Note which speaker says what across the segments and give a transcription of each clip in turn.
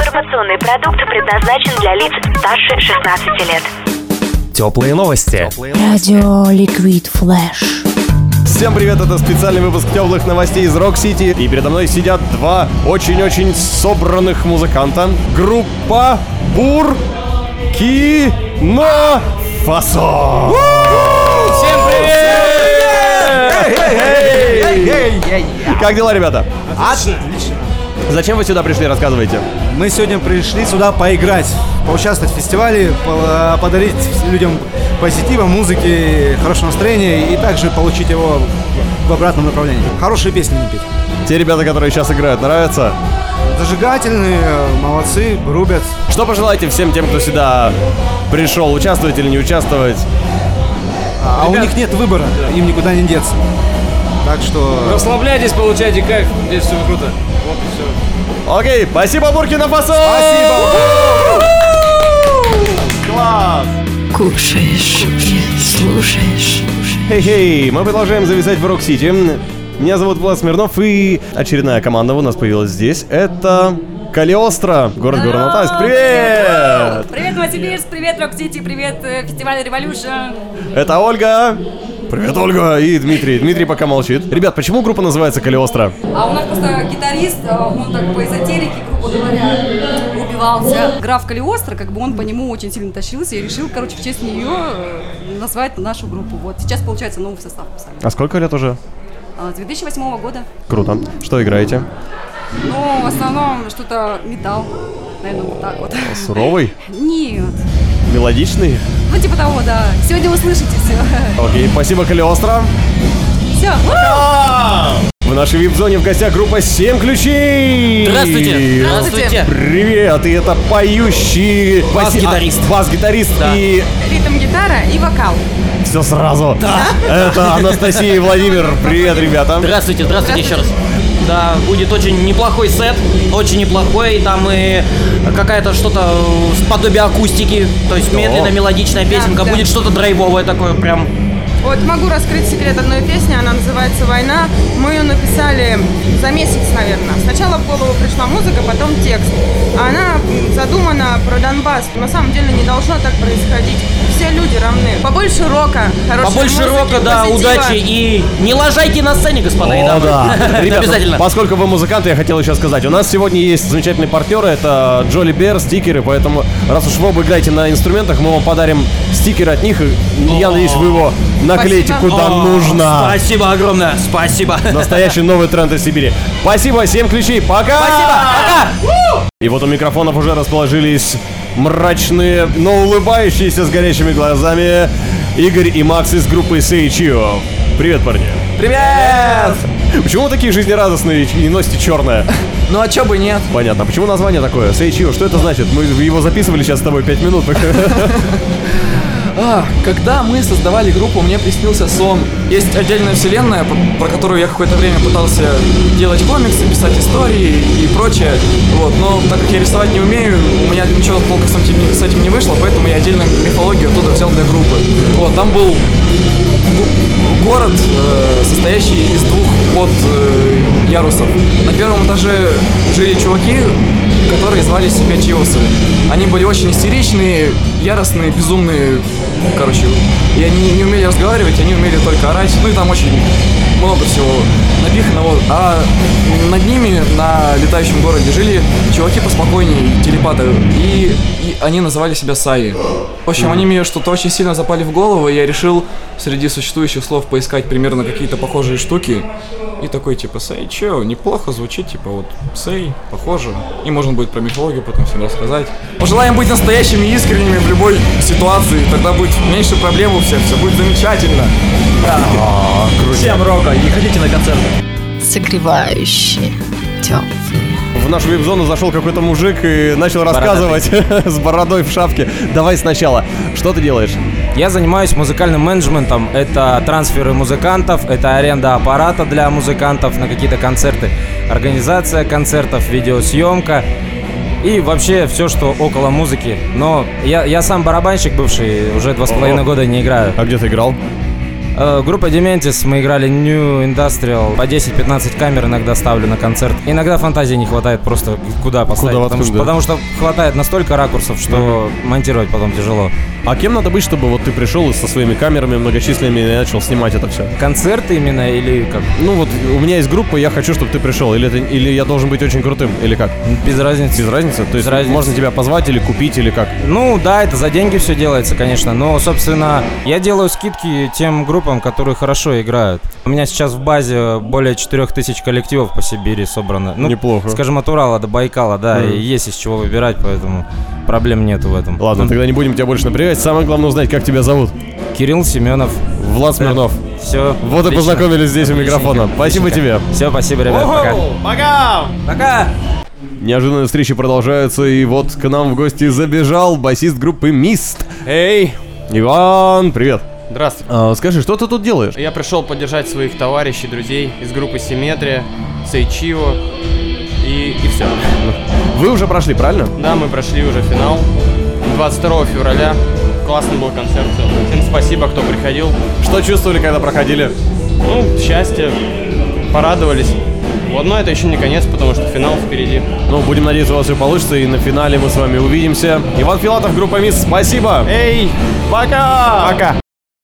Speaker 1: информационный продукт предназначен для лиц старше 16 лет.
Speaker 2: Теплые новости.
Speaker 3: Радио Ликвид Флэш.
Speaker 4: Всем привет, это специальный выпуск теплых новостей из Рок-Сити. И передо мной сидят два очень-очень собранных музыканта. Группа Буркино Фасо.
Speaker 5: Всем
Speaker 4: Как дела, ребята?
Speaker 5: Отлично.
Speaker 4: Зачем вы сюда пришли, рассказывайте.
Speaker 5: Мы сегодня пришли сюда поиграть, поучаствовать в фестивале, по- подарить людям позитива, музыки, хорошего настроения и также получить его в обратном направлении. Хорошие песни не петь.
Speaker 4: Те ребята, которые сейчас играют, нравятся?
Speaker 5: Зажигательные, э, молодцы, рубят.
Speaker 4: Что пожелаете всем тем, кто сюда пришел, участвовать или не участвовать?
Speaker 5: А у них нет выбора, им никуда не деться. Так что
Speaker 6: Расслабляйтесь, получайте кайф, здесь все круто. Вот и все.
Speaker 4: Окей, спасибо, Буркина Фасо! Спасибо! Класс!
Speaker 7: Кушаешь, слушаешь,
Speaker 4: Хей-хей, мы продолжаем зависать в Рок-Сити. Меня зовут Влад Смирнов, и очередная команда у нас появилась здесь. Это Калиостро, город Горнотайск. Привет!
Speaker 8: Привет, Новосибирск, привет, Рок-Сити, привет, э, фестиваль Revolution.
Speaker 4: Это Ольга. Привет, Ольга и Дмитрий. Дмитрий пока молчит. Ребят, почему группа называется Калиостро?
Speaker 8: А у нас просто гитарист, э, он так по эзотерике, грубо говоря, убивался. Граф Калиостро, как бы он по нему очень сильно тащился и решил, короче, в честь нее э, назвать нашу группу. Вот сейчас, получается, новый состав писали.
Speaker 4: А сколько лет уже?
Speaker 8: А, С 2008 года.
Speaker 4: Круто. Что играете?
Speaker 8: Ну, в основном что-то металл, наверное, вот так вот.
Speaker 4: Суровый?
Speaker 8: Нет.
Speaker 4: Мелодичный?
Speaker 8: Ну, типа того, да. Сегодня услышите все.
Speaker 4: Окей, спасибо, Калиостро.
Speaker 8: Все.
Speaker 4: В нашей вип-зоне в гостях группа 7 ключей.
Speaker 9: Здравствуйте!
Speaker 8: Здравствуйте.
Speaker 4: Привет, и это поющий
Speaker 9: Бас-гитарист.
Speaker 4: а, Бас-гитарист
Speaker 9: Да.
Speaker 4: и
Speaker 8: Ритм-гитара и вокал.
Speaker 4: все сразу. Это Анастасия и Владимир. Привет, ребята.
Speaker 9: Здравствуйте, здравствуйте еще раз. Да, будет очень неплохой сет, очень неплохой, там и какая-то что-то в подобие акустики, то есть медленно мелодичная песенка,
Speaker 10: да.
Speaker 9: будет что-то драйвовое такое прям.
Speaker 10: Вот могу раскрыть секрет одной песни, она называется «Война». Мы ее написали за месяц, наверное. Сначала в голову пришла музыка, потом текст. А Она м, задумана про Донбасс. На самом деле не должно так происходить. Все люди равны. Побольше рока, хорошей
Speaker 9: Побольше
Speaker 10: музыки,
Speaker 9: рока, да,
Speaker 10: позитива.
Speaker 9: удачи и не ложайте на сцене, господа и
Speaker 4: О,
Speaker 9: дамы.
Speaker 4: да. Ребята,
Speaker 9: Обязательно.
Speaker 4: поскольку вы музыканты, я хотел еще сказать. У нас сегодня есть замечательные партнеры. Это Джоли Бер, стикеры. Поэтому, раз уж вы играете на инструментах, мы вам подарим стикер от них. И Я надеюсь, вы его наклеите
Speaker 10: Спасибо.
Speaker 4: куда
Speaker 9: О,
Speaker 4: нужно.
Speaker 9: Спасибо огромное, спасибо.
Speaker 4: Настоящий новый тренд из Сибири. Спасибо, 7 ключей. Пока! И вот у микрофонов уже расположились мрачные, но улыбающиеся с горящими глазами Игорь и Макс из группы Сейчио. Привет, парни.
Speaker 5: Привет!
Speaker 4: Почему вы такие жизнерадостные и не носите черное?
Speaker 5: Ну а чё бы нет?
Speaker 4: Понятно. А Почему название такое? Сейчио, что это значит? Мы его записывали сейчас с тобой 5 минут.
Speaker 11: А, когда мы создавали группу, мне приснился сон. Есть отдельная вселенная, про- про которую я какое-то время пытался делать комиксы, писать истории и прочее. Вот, но так как я рисовать не умею, у меня ничего толком с этим, не- с этим не вышло, поэтому я отдельно мифологию оттуда взял для группы. Вот, там был г- город, э, состоящий из двух под э, ярусов. На первом этаже жили чуваки, которые звали себя Чиосы. Они были очень истеричные, яростные, безумные, короче. И они не умели разговаривать, они умели только орать. Ну и там очень много всего напихано. А над ними, на летающем городе, жили чуваки поспокойнее, телепаты. И, и они называли себя Саи. В общем, они мне что-то очень сильно запали в голову, и я решил среди существующих слов поискать примерно какие-то похожие штуки. И такой, типа, Сэй, чё, неплохо звучит, типа, вот, Сэй, похоже. И можно будет про мифологию потом всем рассказать. Пожелаем быть настоящими и искренними в любой ситуации, тогда будет меньше проблем у всех, все будет замечательно.
Speaker 9: Всем рока, не ходите на концерты.
Speaker 7: согревающие, теплые.
Speaker 4: В нашу вип-зону зашел какой-то мужик и начал рассказывать с бородой в шапке. Давай сначала. Что ты делаешь?
Speaker 12: Я занимаюсь музыкальным менеджментом. Это трансферы музыкантов, это аренда аппарата для музыкантов на какие-то концерты, организация концертов, видеосъемка и вообще все, что около музыки. Но я, я сам барабанщик бывший, уже два с половиной года не играю.
Speaker 4: А где ты играл?
Speaker 12: Э, Группа Dementis, мы играли New Industrial, по 10-15 камер иногда ставлю на концерт. Иногда фантазии не хватает просто куда поставить,
Speaker 4: Куда
Speaker 12: потому,
Speaker 4: воткнуть,
Speaker 12: что,
Speaker 4: да.
Speaker 12: потому что хватает настолько ракурсов, что монтировать потом тяжело.
Speaker 4: А кем надо быть, чтобы вот ты пришел и со своими камерами многочисленными и начал снимать это все?
Speaker 12: Концерты именно или как?
Speaker 4: Ну вот у меня есть группа, я хочу, чтобы ты пришел. Или, это, или я должен быть очень крутым, или как?
Speaker 12: Без разницы.
Speaker 4: Без разницы? То есть
Speaker 12: разницы.
Speaker 4: можно тебя позвать или купить, или как?
Speaker 12: Ну да, это за деньги все делается, конечно. Но, собственно, я делаю скидки тем группам, которые хорошо играют. У меня сейчас в базе более 4000 коллективов по Сибири собрано. Ну,
Speaker 4: Неплохо.
Speaker 12: Скажем, от Урала до Байкала, да,
Speaker 4: Мгм.
Speaker 12: и есть из чего выбирать, поэтому проблем нету в этом.
Speaker 4: Ладно,
Speaker 12: Ну,
Speaker 4: тогда не будем тебя больше напрягать. Самое главное узнать, как тебя зовут.
Speaker 12: Кирилл Семенов.
Speaker 4: Влад Смирнов.
Speaker 12: Все.
Speaker 4: Вот и познакомились здесь у микрофона. Спасибо тебе.
Speaker 12: Все, спасибо, ребят, пока.
Speaker 6: Пока!
Speaker 12: Пока!
Speaker 4: Неожиданные встречи продолжаются, и вот к нам в гости забежал басист группы Мист. Эй! Иван, привет.
Speaker 6: Здравствуй.
Speaker 4: А, скажи, что ты тут делаешь?
Speaker 6: Я пришел поддержать своих товарищей, друзей из группы Симметрия, Сейчио и, и все.
Speaker 4: Вы уже прошли, правильно?
Speaker 6: Да, мы прошли уже финал 22 февраля. Классный был концерт. Всем спасибо, кто приходил.
Speaker 4: Что чувствовали, когда проходили?
Speaker 6: Ну, счастье. Порадовались. Вот, но это еще не конец, потому что финал впереди.
Speaker 4: Ну, будем надеяться, у вас все получится, и на финале мы с вами увидимся. Иван Филатов, группа Мисс, спасибо!
Speaker 6: Эй, пока!
Speaker 4: Пока!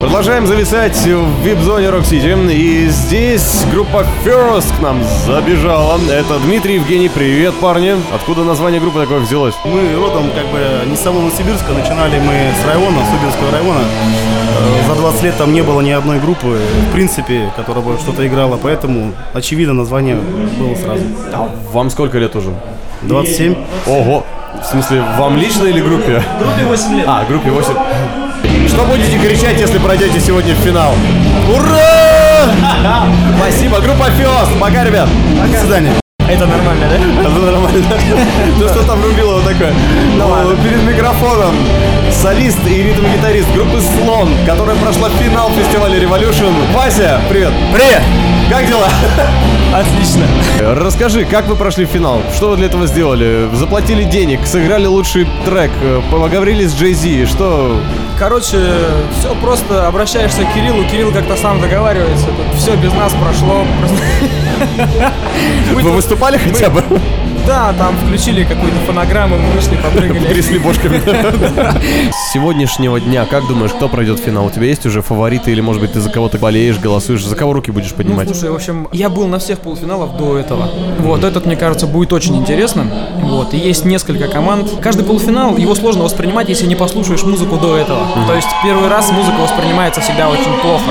Speaker 4: Продолжаем зависать в вип-зоне Rock City. И здесь группа First к нам забежала. Это Дмитрий Евгений. Привет, парни. Откуда название группы такое взялось?
Speaker 13: Мы родом как бы не с самого Сибирска, начинали мы с района, с Сибирского района. Э, За 20 лет там не было ни одной группы, в принципе, которая бы что-то играла, поэтому, очевидно, название было сразу.
Speaker 4: А Вам сколько лет уже?
Speaker 13: 27.
Speaker 4: Ого! В смысле, вам лично или группе?
Speaker 13: Группе 8 лет.
Speaker 4: А, группе 8. Что будете кричать, если пройдете сегодня в финал? Ура! Спасибо, группа First. Пока, ребят.
Speaker 13: До свидания.
Speaker 4: Это нормально, да? Это нормально. Ну что там рубило вот такое? Ну, Перед микрофоном солист и ритм-гитарист группы Слон, которая прошла финал фестиваля Revolution. Вася, привет. Привет. Как дела? Отлично. Расскажи, как вы прошли финал? Что вы для этого сделали? Заплатили денег, сыграли лучший трек, э, поговорили с Джей-Зи, что...
Speaker 11: Короче, все просто обращаешься к Кириллу, Кирилл как-то сам договаривается. Тут все без нас прошло. Просто...
Speaker 4: Вы выступали хотя бы?
Speaker 11: Да, там включили какую-то фонограмму, мы вышли, попрыгали.
Speaker 4: Трясли бошками. С сегодняшнего дня, как думаешь, кто пройдет в финал? У тебя есть уже фавориты или, может быть, ты за кого-то болеешь, голосуешь? За кого руки будешь поднимать?
Speaker 11: Ну, слушай, в общем, я был на всех полуфиналах до этого. Вот, этот, мне кажется, будет очень интересным. Вот, и есть несколько команд. Каждый полуфинал, его сложно воспринимать, если не послушаешь музыку до этого.
Speaker 9: Мгм.
Speaker 11: То есть первый раз музыка воспринимается всегда очень плохо.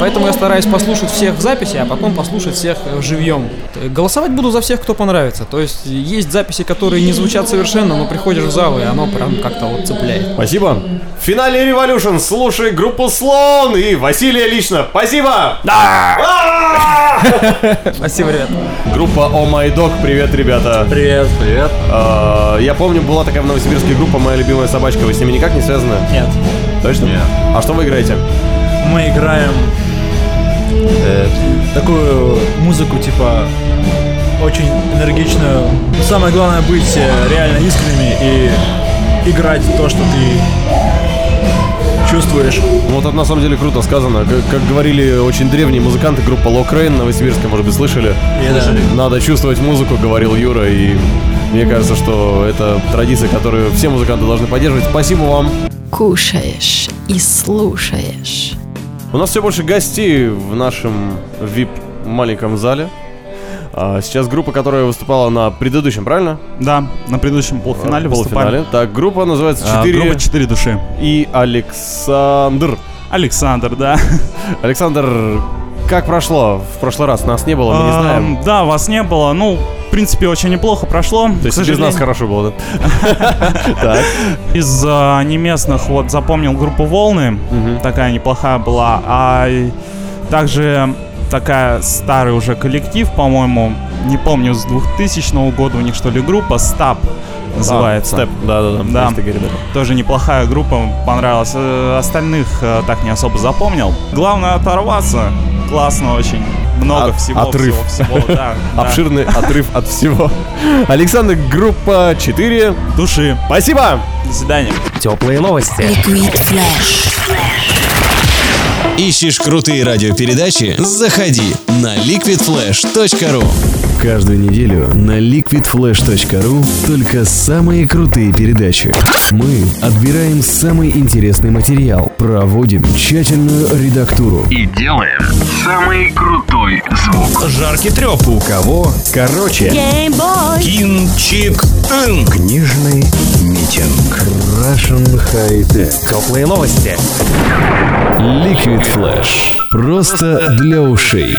Speaker 11: Поэтому я стараюсь послушать всех в записи, а потом послушать всех э, живьем. Т- Голосовать буду за всех, кто понравится. То есть есть записи, которые не звучат совершенно, но приходишь в зал, и оно прям как-то вот цепляет.
Speaker 4: Спасибо. В финале Revolution слушай группу Слон и Василия лично. Спасибо! Да!
Speaker 11: Спасибо, ребят.
Speaker 4: Группа О Май Dog. Привет, ребята. А,
Speaker 14: Привет. Привет.
Speaker 4: Я помню, была такая в Новосибирске группа «Моя любимая собачка». Вы с ними никак не связаны?
Speaker 14: Нет.
Speaker 4: Точно? Нет. А что вы играете?
Speaker 14: Мы играем э, такую музыку, типа, очень энергичную. Самое главное быть э, реально искренними и играть то, что ты чувствуешь.
Speaker 4: Вот это на самом деле круто сказано. Как, как говорили очень древние музыканты, группа Локрейн Новосибирская, может быть, слышали?
Speaker 14: Я да. Слышали.
Speaker 4: Надо чувствовать музыку, говорил Юра, и мне кажется, что это традиция, которую все музыканты должны поддерживать. Спасибо вам.
Speaker 7: Кушаешь и слушаешь.
Speaker 4: У нас все больше гостей в нашем VIP маленьком зале. А, Сейчас группа, которая выступала на предыдущем, правильно?
Speaker 15: Да, на предыдущем полуфинале
Speaker 4: Э, Полуфинале.
Speaker 15: выступали.
Speaker 4: Так, группа называется
Speaker 15: А,
Speaker 4: 4...
Speaker 15: группа «Четыре души».
Speaker 4: И Александр.
Speaker 15: Александр, да.
Speaker 4: Александр, как прошло в прошлый раз? Нас не было, мы не
Speaker 15: Эм,
Speaker 4: знаем.
Speaker 15: Да, вас не было. Ну, в принципе, очень неплохо прошло.
Speaker 4: То есть и без нас хорошо было, да?
Speaker 15: Из э, неместных вот запомнил группу Волны. Такая неплохая была. А и также такая старый уже коллектив, по-моему, не помню, с 2000 года у них что ли группа Стаб называется.
Speaker 4: Степ, да-да-да, есть такие ребята.
Speaker 15: Тоже неплохая группа, понравилась. Э, Остальных э, так не особо запомнил. Главное оторваться. Классно очень. Много всего.
Speaker 4: Отрыв.
Speaker 15: Всего, всего, да, да.
Speaker 4: Обширный отрыв от всего. Александр, группа 4.
Speaker 15: Души.
Speaker 4: Спасибо.
Speaker 15: До свидания.
Speaker 2: Теплые новости.
Speaker 3: Liquid Flash.
Speaker 16: Ищешь крутые радиопередачи? Заходи на liquidflash.ru
Speaker 4: Каждую неделю на liquidflash.ru только самые крутые передачи. Мы отбираем самый интересный материал, проводим тщательную редактуру.
Speaker 3: И делаем самый крутой звук.
Speaker 4: Жаркий треп. У кого? Короче.
Speaker 3: Геймбой.
Speaker 4: Кинчик. Книжный митинг. Russian High Tech. Теплые новости. Liquid Flash. Просто для ушей.